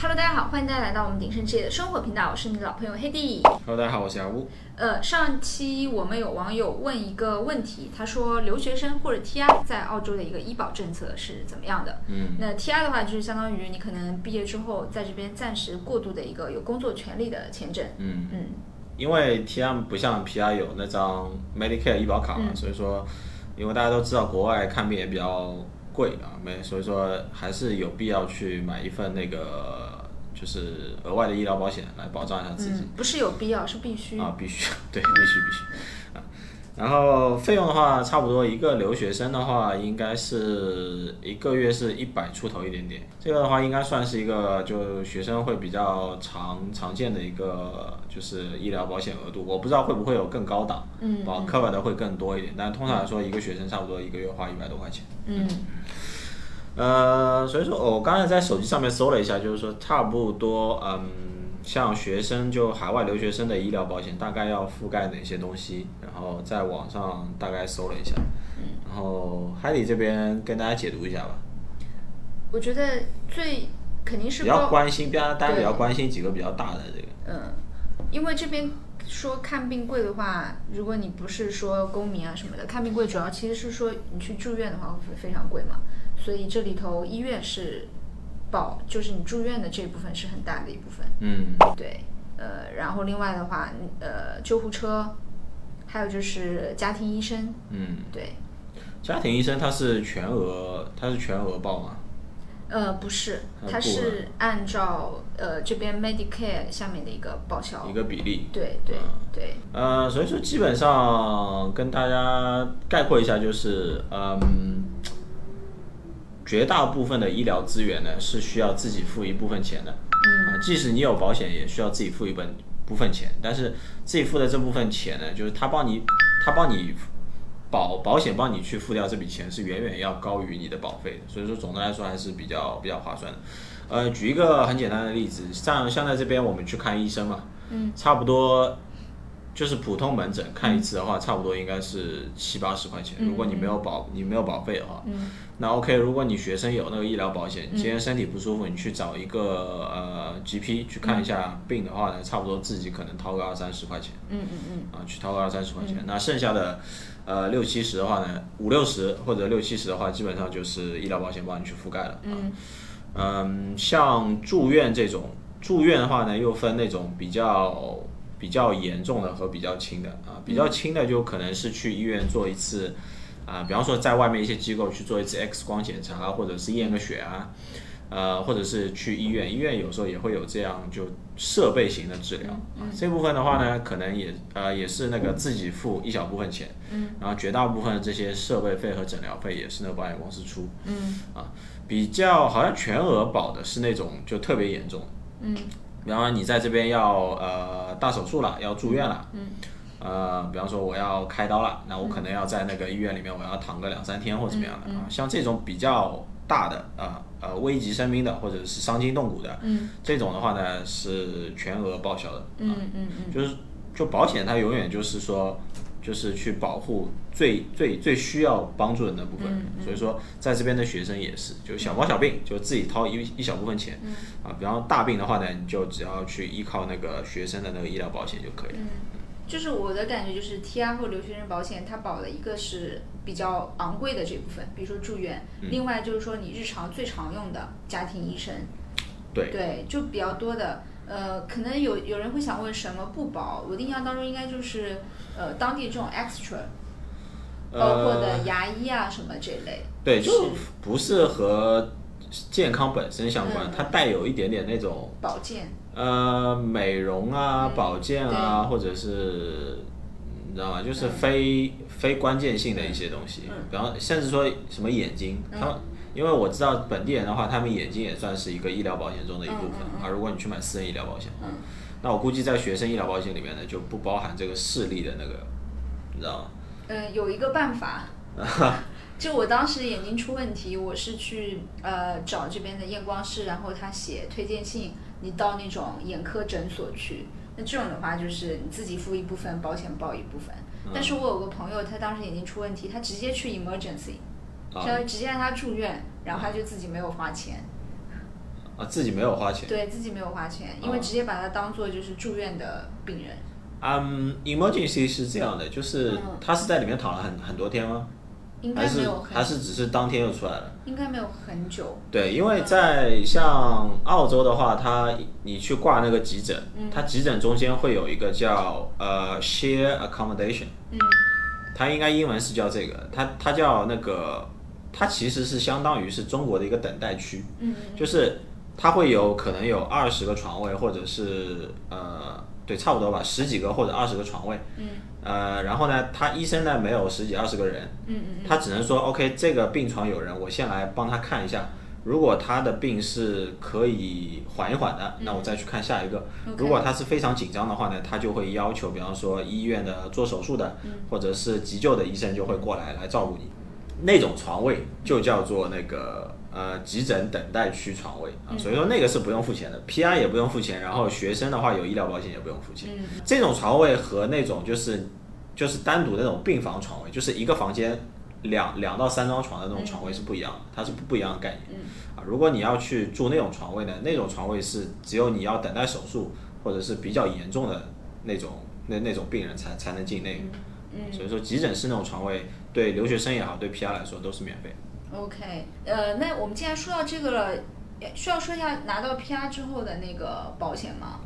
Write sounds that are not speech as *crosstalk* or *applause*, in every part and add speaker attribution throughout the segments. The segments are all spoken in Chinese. Speaker 1: Hello，大家好，欢迎大家来到我们鼎盛之夜的生活频道，我是你的老朋友黑弟。
Speaker 2: Hello，大家好，我是阿乌。
Speaker 1: 呃，上期我们有网友问一个问题，他说留学生或者 TI 在澳洲的一个医保政策是怎么样的？
Speaker 2: 嗯，
Speaker 1: 那 TI 的话，就是相当于你可能毕业之后在这边暂时过渡的一个有工作权利的签证。
Speaker 2: 嗯，
Speaker 1: 嗯，
Speaker 2: 因为 TM 不像 PR 有那张 Medicare 医保卡嘛，
Speaker 1: 嗯
Speaker 2: 所以说，因为大家都知道国外看病也比较贵啊，没，所以说还是有必要去买一份那个就是额外的医疗保险来保障一下自己。
Speaker 1: 嗯，不是有必要，是必须。
Speaker 2: 啊，必须， *laughs* 对，必须必须啊。然后费用的话，差不多一个留学生的话，应该是一个月是一百出头一点点。这个的话，应该算是一个就学生会比较常常见的一个就是医疗保险额度。我不知道会不会有更高档，
Speaker 1: 嗯
Speaker 2: 保 cover 的会更多一点。但通常来说，一个学生差不多一个月花一百多块钱。
Speaker 1: 嗯
Speaker 2: 呃，所以说我刚才在手机上面搜了一下，就是说差不多，嗯，像学生就海外留学生的医疗保险大概要覆盖哪些东西，然后在网上大概搜了一下，
Speaker 1: 嗯
Speaker 2: 然后海里这边跟大家解读一下吧，
Speaker 1: 我觉得最肯定是
Speaker 2: 比较
Speaker 1: 包
Speaker 2: 关心，大家大家比较
Speaker 1: 对
Speaker 2: 关心几个比较大的这个，
Speaker 1: 嗯，因为这边说看病贵的话，如果你不是说公民啊什么的，看病贵主要其实是说你去住院的话会非常贵嘛，所以这里头医院是保，就是你住院的这一部分是很大的一部分。
Speaker 2: 嗯，
Speaker 1: 对，呃，然后另外的话，呃，救护车，还有就是家庭医生，
Speaker 2: 嗯，
Speaker 1: 对，
Speaker 2: 家庭医生他是全额，他是全额报嘛，
Speaker 1: 呃，不是，
Speaker 2: 还
Speaker 1: 它
Speaker 2: 不
Speaker 1: 是按照呃这边 Medicare 下面的一个报销
Speaker 2: 一，个比例，
Speaker 1: 对对对，
Speaker 2: 呃，所以说基本上跟大家概括一下，就是嗯，绝大部分的医疗资源呢是需要自己付一部分钱的，嗯、即使你有保险，也需要自己付一本部分钱，但是自己付的这部分钱呢，就是他帮你，他帮你保保险帮你去付掉这笔钱是远远要高于你的保费的，所以说总的来说还是比较比较划算的。呃，举一个很简单的例子，像像在这边我们去看医生嘛，嗯，差不多就是普通门诊看一次的话，差不多应该是七八十块钱。如果你没有保，你没有保费的话，那 OK。如果你学生有那个医疗保险，今天身体不舒服，你去找一个呃 GP 去看一下病的话呢，差不多自己可能掏个二三十块钱。
Speaker 1: 嗯嗯嗯，
Speaker 2: 啊，去掏个二三十块钱。那剩下的，呃，六七十的话呢，五六十或者六七十的话，基本上就是医疗保险帮你去覆盖了。嗯、啊、嗯，像住院这种，住院的话呢，又分那种比较比较严重的和比较轻的啊。比较轻的就可能是去医院做一次。啊，比方说在外面一些机构去做一次 X 光检查，或者是验个血啊，呃，或者是去医院，医院有时候也会有这样就设备型的治疗、啊。这部分的话呢，可能也呃也是那个自己付一小部分钱，嗯，然后绝大部分的这些设备费和诊疗费也是那个保险公司出，嗯，啊，比较好像全额保的是那种就特别严重，嗯，比方说你在这边要呃大手术了，要住院了，嗯。呃，比方说我要开刀了，那我可能要在那个医院里面，我要躺个两三天或怎么样的、啊。像这种比较大的啊呃危及生命的或者是伤筋动骨的，嗯，这种的话呢是全额报销的，嗯嗯嗯，就是就保险它永远就是说。就是去保护最最最需要帮助的那部分人，
Speaker 1: 嗯
Speaker 2: 所以说在这边的学生也是，就小毛小病就自己掏一一小部分钱，
Speaker 1: 嗯
Speaker 2: 啊，比方大病的话呢，你就只要去依靠那个学生的那个医疗保险就可
Speaker 1: 嗯
Speaker 2: 以了。
Speaker 1: 就是我的感觉就是 T R 或留学生保险，它保的一个是比较昂贵的这部分，比如说住院，
Speaker 2: 嗯
Speaker 1: 另外就是说你日常最常用的家庭医生，
Speaker 2: 对，
Speaker 1: 对，就比较多的。呃，可能有有人会想问什么不保？我的印象当中应该就是呃当地这种 extra，包
Speaker 2: 呃
Speaker 1: 括的牙医啊什么这类。
Speaker 2: 对，
Speaker 1: 是
Speaker 2: 就不是和健康本身相关，
Speaker 1: 嗯
Speaker 2: 它带有一点点那种
Speaker 1: 保健，
Speaker 2: 呃美容
Speaker 1: 嗯
Speaker 2: 啊、保健啊，或者是你知道吗？
Speaker 1: 嗯
Speaker 2: 就是非、非关键性的一些东西，比方甚至说什么眼睛，
Speaker 1: 嗯
Speaker 2: 他们。因为我知道本地人的话，他们眼睛也算是一个医疗保险中的一部分、
Speaker 1: 嗯
Speaker 2: 啊。如果你去买私人医疗保险，那我估计在学生医疗保险里面呢，就不包含这个视力的那个，你知道吗？
Speaker 1: 嗯，有一个办
Speaker 2: *laughs*
Speaker 1: 法，就我当时眼睛出问题，我是去呃找这边的验光师，然后他写推荐信，你到那种眼科诊所去。那这种的话，就是你自己付一部分，保险报一部分。
Speaker 2: 嗯
Speaker 1: 但是我有个朋友，他当时眼睛出问题，他直接去 emergency，
Speaker 2: 啊
Speaker 1: 相当于直接让他住院，然后他就自己没有花钱。
Speaker 2: 啊，自己没有花钱。
Speaker 1: 对自己没有花钱，因为
Speaker 2: 啊
Speaker 1: 直接把它当做就是住院的病人。
Speaker 2: 嗯、e m e r g e n c y 是这样的，就是
Speaker 1: 嗯
Speaker 2: 他是在里面躺了很很多天吗？
Speaker 1: 应
Speaker 2: 还
Speaker 1: 该没
Speaker 2: 是
Speaker 1: 有
Speaker 2: 还
Speaker 1: 很，
Speaker 2: 是只是当天就出来了？
Speaker 1: 应该没有很久。
Speaker 2: 对，因为在像澳洲的话，它你去挂那个急诊，
Speaker 1: 嗯
Speaker 2: 它急诊中间会有一个叫呃 share accommodation，
Speaker 1: 嗯
Speaker 2: 它应该英文是叫这个，它它叫那个，它其实是相当于是中国的一个等待区，
Speaker 1: 嗯
Speaker 2: 就是它会有可能有二十个床位，或者是呃对，差不多吧，十几个或者二十个床位，
Speaker 1: 嗯
Speaker 2: 呃，然后呢，他医生呢没有十几二十个人，
Speaker 1: 嗯嗯
Speaker 2: 他只能说 OK，这个病床有人，我先来帮他看一下。如果他的病是可以缓一缓的，那我再去看下一个。
Speaker 1: 嗯 OK
Speaker 2: 如果他是非常紧张的话呢，他就会要求，比方说医院的做手术的，
Speaker 1: 嗯
Speaker 2: 或者是急救的医生就会过来来照顾你。那种床位就叫做那个呃急诊等待区床位
Speaker 1: 嗯
Speaker 2: 啊，所以说那个是不用付钱的，PR 也不用付钱，然后学生的话有医疗保险也不用付钱。
Speaker 1: 嗯
Speaker 2: 这种床位和那种就是就是单独那种病房床位，就是一个房间两两到三张床的那种床位是不一样的，它是不不一样的
Speaker 1: 嗯
Speaker 2: 概念、啊。如果你要去住那种床位呢，那种床位是只有你要等待手术或者是比较严重的那种那那种病人才才能进那个。
Speaker 1: 嗯
Speaker 2: 所以说急诊室那种床位对留学生也好，对 PR 来说都是免费的。
Speaker 1: 嗯，OK，呃，那我们既然说到这个了，也需要说一下拿到 PR 之后的那个保险吗？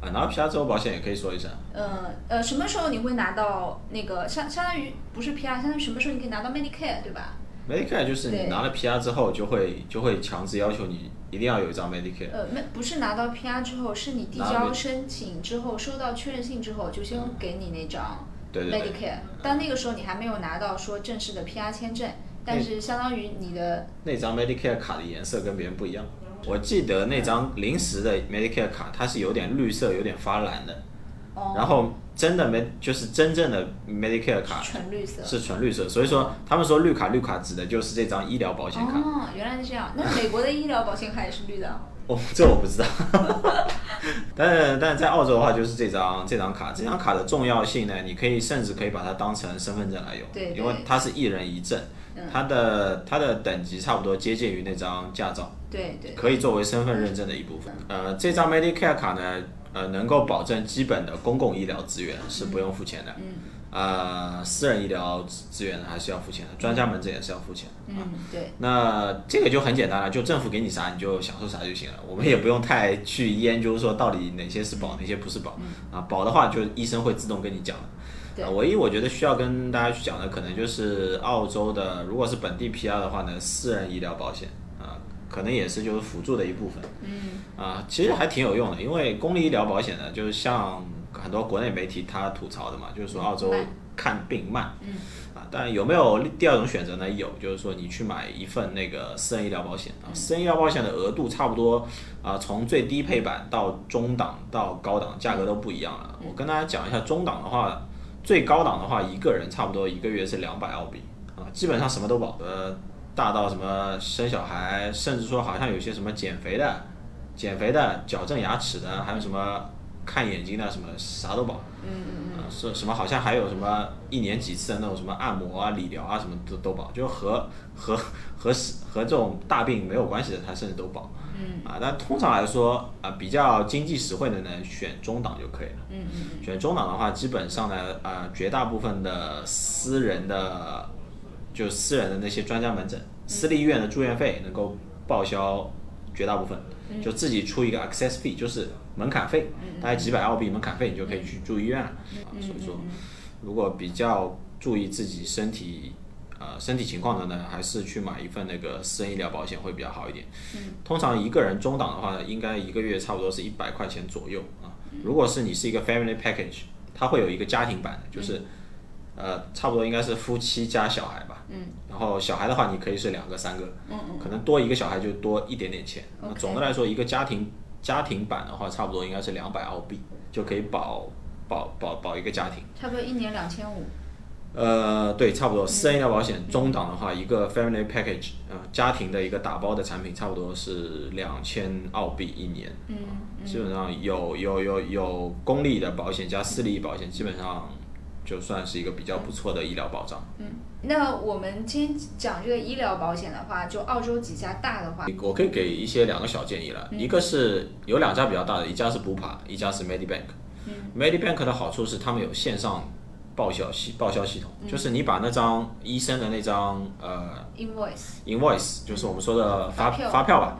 Speaker 2: 啊，拿到 PR 之后保险也可以说一下。
Speaker 1: 呃呃，什么时候你会拿到那个相相当于不是 PR，相当于什么时候你可以拿到 Medicare 对吧？
Speaker 2: Medicare 就是你
Speaker 1: 对
Speaker 2: 拿了 PR 之后就会就会强制要求你一定要有一张 Medicare。
Speaker 1: 呃，没不是拿到 PR 之后，是你递
Speaker 2: 拿
Speaker 1: 交
Speaker 2: Med-
Speaker 1: 申请之后，收到确认信之后，就先给你那张
Speaker 2: 嗯对对对
Speaker 1: Medicare。但那个时候你还没有拿到说正式的 PR 签证，但是相当于你的
Speaker 2: 那张 Medicare 卡的颜色跟别人不一样。我记得那张临时的 Medicare 卡，它是有点绿色，有点发蓝的。
Speaker 1: 哦
Speaker 2: 然后真的没，就是真正的 Medicare 卡
Speaker 1: 纯绿色。
Speaker 2: 是纯绿色，所以说他们说绿卡绿卡指的就是这张医疗保险卡。
Speaker 1: 哦，原来是这样。那美国的医疗保险卡也是绿的啊。
Speaker 2: 哦，这我不知道。 *laughs* 但但在澳洲的话，就是这张这张卡，这张卡的重要性呢，你可以甚至可以把它当成身份证来用，
Speaker 1: 对对嗯
Speaker 2: 因为它是一人一证，它的它的等级差不多接近于那张驾照。
Speaker 1: 对嗯对，
Speaker 2: 可以作为身份认证的一部分。呃，这张 Medicare 卡呢，呃，能够保证基本的公共医疗资源是不用付钱的。
Speaker 1: 嗯
Speaker 2: 呃，私人医疗资资源呢还是要付钱的，专家门诊也是要付钱的。
Speaker 1: 嗯，对，
Speaker 2: 那这个就很简单了，就政府给你啥你就享受啥就行了，我们也不用太去研究说到底哪些是
Speaker 1: 嗯
Speaker 2: 保，哪些不是保啊。保的话，就医生会自动跟你讲的。
Speaker 1: 对
Speaker 2: 啊唯一我觉得需要跟大家去讲的，可能就是澳洲的，如果是本地 PR 的话呢，私人医疗保险啊，可能也是就是辅助的一部分。
Speaker 1: 嗯
Speaker 2: 啊，其实还挺有用的，因为公立医疗保险呢，就是像很多国内媒体他吐槽的嘛，就是说澳洲
Speaker 1: 慢
Speaker 2: 看病慢。
Speaker 1: 嗯
Speaker 2: 啊，当然有没有第二种选择呢？有，就是说你去买一份那个私人医疗保险啊，私人医疗保险的额度差不多啊、从最低配版到中档到高档，价格都不一样了。我跟大家讲一下，中档的话，最高档的话，一个人差不多一个月是两百澳币啊，基本上什么都保，呃，大到什么生小孩，甚至说好像有些什么减肥的、减肥的、矫正牙齿的，还有什么看眼睛的，什么啥都保。
Speaker 1: 嗯
Speaker 2: 啊，是什么？好像还有什么一年几次的那种什么按摩啊、理疗啊，什么都都保，就和和和和这种大病没有关系的，它甚至都保。
Speaker 1: 嗯
Speaker 2: 啊，但通常来说啊，比较经济实惠的呢，选中档就可以了。
Speaker 1: 嗯嗯嗯，
Speaker 2: 选中档的话，基本上呢，啊，绝大部分的私人的，就私人的那些专家门诊、私立医院的住院费能够报销绝大部分，就自己出一个 access fee，就是门槛费，大概几百澳币门槛费，你就可以去住医院了。啊，所以说，如果比较注意自己身体。呃，身体情况的呢，还是去买一份那个私人医疗保险会比较好一点。
Speaker 1: 嗯
Speaker 2: 通常一个人中档的话，应该一个月差不多是一百块钱左右啊。如果是你是一个 family package，它会有一个家庭版的，就是、
Speaker 1: 嗯
Speaker 2: 呃，差不多应该是夫妻加小孩吧。嗯。然后小孩的话，你可以是两个、三个，
Speaker 1: 嗯
Speaker 2: 可能多一个小孩就多一点点钱。那
Speaker 1: OK
Speaker 2: 总的来说，一个家庭家庭版的话，差不多应该是两百澳币就可以保保保保一个家庭。
Speaker 1: 差不多一年两千五。
Speaker 2: 呃，对，差不多。私人医疗保险中档的话，一个 family package，呃，家庭的一个打包的产品，差不多是两千澳币一年。
Speaker 1: 嗯
Speaker 2: 基本上有有有有公立的保险加私立保险，基本上就算是一个比较不错的医疗保障。
Speaker 1: 那我们今天讲这个医疗保险的话，就澳洲几家大的话，
Speaker 2: 我可以给一些两个小建议
Speaker 1: 嗯
Speaker 2: 了，一个是有两家比较大的，一家是 Bupa，一家是 Medibank。Medibank
Speaker 1: 嗯
Speaker 2: 的好处是他们有线上报销系报销系统，
Speaker 1: 嗯
Speaker 2: 就是你把那张医生的那张呃
Speaker 1: invoice，
Speaker 2: invoice，就是我们说的
Speaker 1: 发
Speaker 2: 发
Speaker 1: 票
Speaker 2: 发票吧。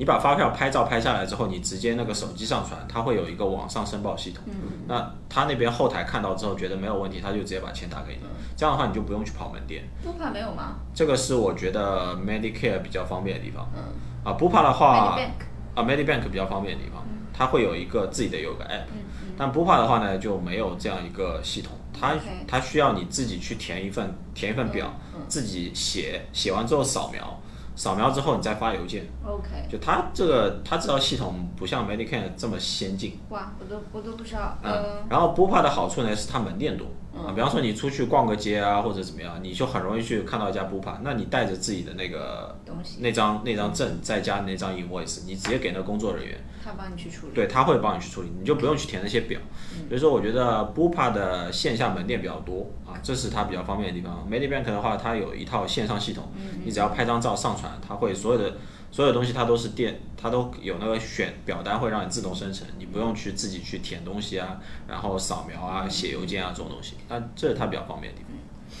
Speaker 2: 你把发票拍照拍下来之后，你直接那个手机上传，它会有一个网上申报系统。
Speaker 1: 嗯
Speaker 2: 那他那边后台看到之后觉得没有问题，他就直接把钱打给你。
Speaker 1: 嗯
Speaker 2: 这样的话，你就不用去跑门店。
Speaker 1: 不怕没有吗？
Speaker 2: 这个是我觉得 Medicare 比较方便的地方。
Speaker 1: 嗯
Speaker 2: 啊，Bupa 的话
Speaker 1: Medibank
Speaker 2: 啊 Medibank 比较方便的地方，它会有一个自己的有个 app，、但 Bupa 的话呢就没有这样一个系统，它
Speaker 1: OK
Speaker 2: 它需要你自己去填一份填一份表，自己写写完之后扫描，扫描之后你再发邮件。
Speaker 1: ，OK，
Speaker 2: 就它这个它这套系统不像 Medicare 这么先进。
Speaker 1: 哇，我都我都不知道，
Speaker 2: 嗯
Speaker 1: 嗯，，
Speaker 2: 然后 Bupa 的好处呢是它门店多啊，比方说你出去逛个街啊或者怎么样，你就很容易去看到一家 Bupa，那你带着自己的那个
Speaker 1: 东西
Speaker 2: 那张那张证再加那张 invoice，你直接给那个工作人员，
Speaker 1: 他帮你去处理，
Speaker 2: 对他会帮你去处理，你就不用去填那些表。所以说，我觉得 Bupa 的线下门店比较多啊，这是它比较方便的地方。Medibank 的话，它有一套线上系统，你只要拍张照上传，它会所有的所有东西它都是电，它都有那个选表单会让你自动生成，你不用去自己去填东西啊，然后扫描啊、写邮件啊这种东西。那这是它比较方便的地方。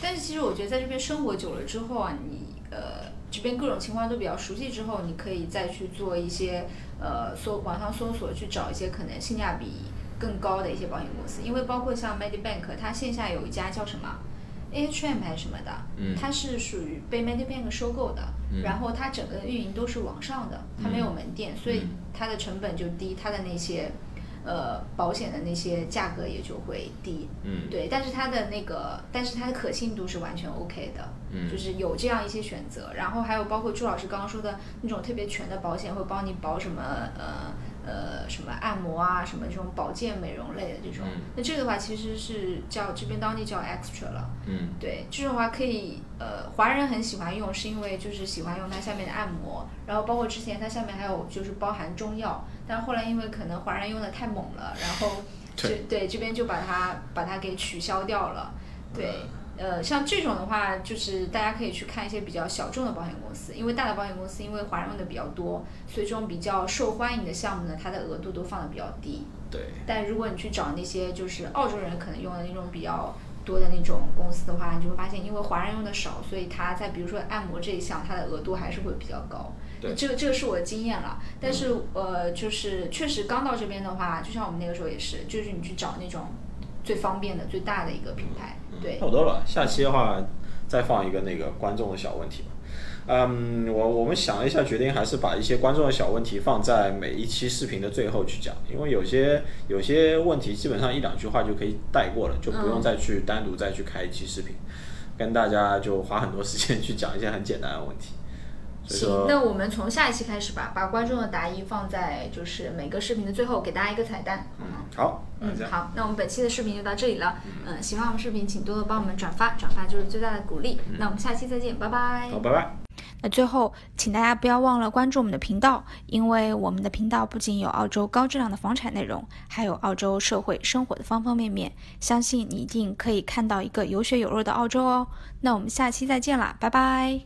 Speaker 1: 但是其实我觉得在这边生活久了之后啊，你呃这边各种情况都比较熟悉之后，你可以再去做一些呃搜网上搜索去找一些可能性价比更高的一些保险公司，因为包括像 Medibank，它线下有一家叫什么 AHM 还是什么的，
Speaker 2: 嗯
Speaker 1: 它是属于被 Medibank 收购的，然后它整个运营都是网上的，它没有门店，所以它的成本就低，它的那些。呃，保险的那些价格也就会低，
Speaker 2: 嗯
Speaker 1: 对，但是它的那个，但是它的可信度是完全 OK 的，
Speaker 2: 嗯
Speaker 1: 就是有这样一些选择，然后还有包括朱老师刚刚说的那种特别全的保险，会帮你保什么呃呃什么按摩啊，什么这种保健美容类的这种，
Speaker 2: 嗯
Speaker 1: 那这个的话其实是叫这边当地叫 extra E 了，
Speaker 2: 嗯
Speaker 1: 对，这种的话可以，呃，华人很喜欢用，是因为就是喜欢用它下面的按摩，然后包括之前它下面还有就是包含中药，但后来因为可能华人用的太猛了，然
Speaker 2: *laughs*
Speaker 1: 后这
Speaker 2: 对
Speaker 1: 对这边就把它把它给取消掉了。
Speaker 2: 嗯
Speaker 1: 对，呃，像这种的话，就是大家可以去看一些比较小众的保险公司，因为大的保险公司因为华人用的比较多，所以这种比较受欢迎的项目呢，它的额度都放的比较低。
Speaker 2: 对，
Speaker 1: 但如果你去找那些就是澳洲人可能用的那种比较多的那种公司的话，你就会发现，因为华人用的少，所以它在比如说按摩这一项，它的额度还是会比较高。
Speaker 2: 对
Speaker 1: 这个这个是我的经验了。但是、呃，就是确实刚到这边的话，就像我们那个时候也是，就是你去找那种最方便的、最大的一个品牌，对
Speaker 2: 差，不多了。下期的话，再放一个那个观众的小问题吧。嗯，我我们想了一下，决定还是把一些观众的小问题放在每一期视频的最后去讲，因为有些有些问题基本上一两句话就可以带过了，就不用再去单独再去开一期视频，跟大家就花很多时间去讲一些很简单的问题。所以
Speaker 1: 行，
Speaker 2: 说，
Speaker 1: 那我们从下一期开始吧，把观众的答疑放在就是每个视频的最后，给大家一个彩蛋，好
Speaker 2: 嗯
Speaker 1: 吗？，
Speaker 2: 好，那
Speaker 1: 嗯
Speaker 2: 这，样，
Speaker 1: 好，那我们本期的视频就到这里了。嗯，喜欢我们视频，请多多帮我们转发，转发就是最大的鼓励。那我们下期再见，拜拜
Speaker 2: 好，。拜拜。
Speaker 1: 那最后，请大家不要忘了关注我们的频道，因为我们的频道不仅有澳洲高质量的房产内容，还有澳洲社会生活的方方面面。相信你一定可以看到一个有血有肉的澳洲哦。那我们下期再见啦，拜拜。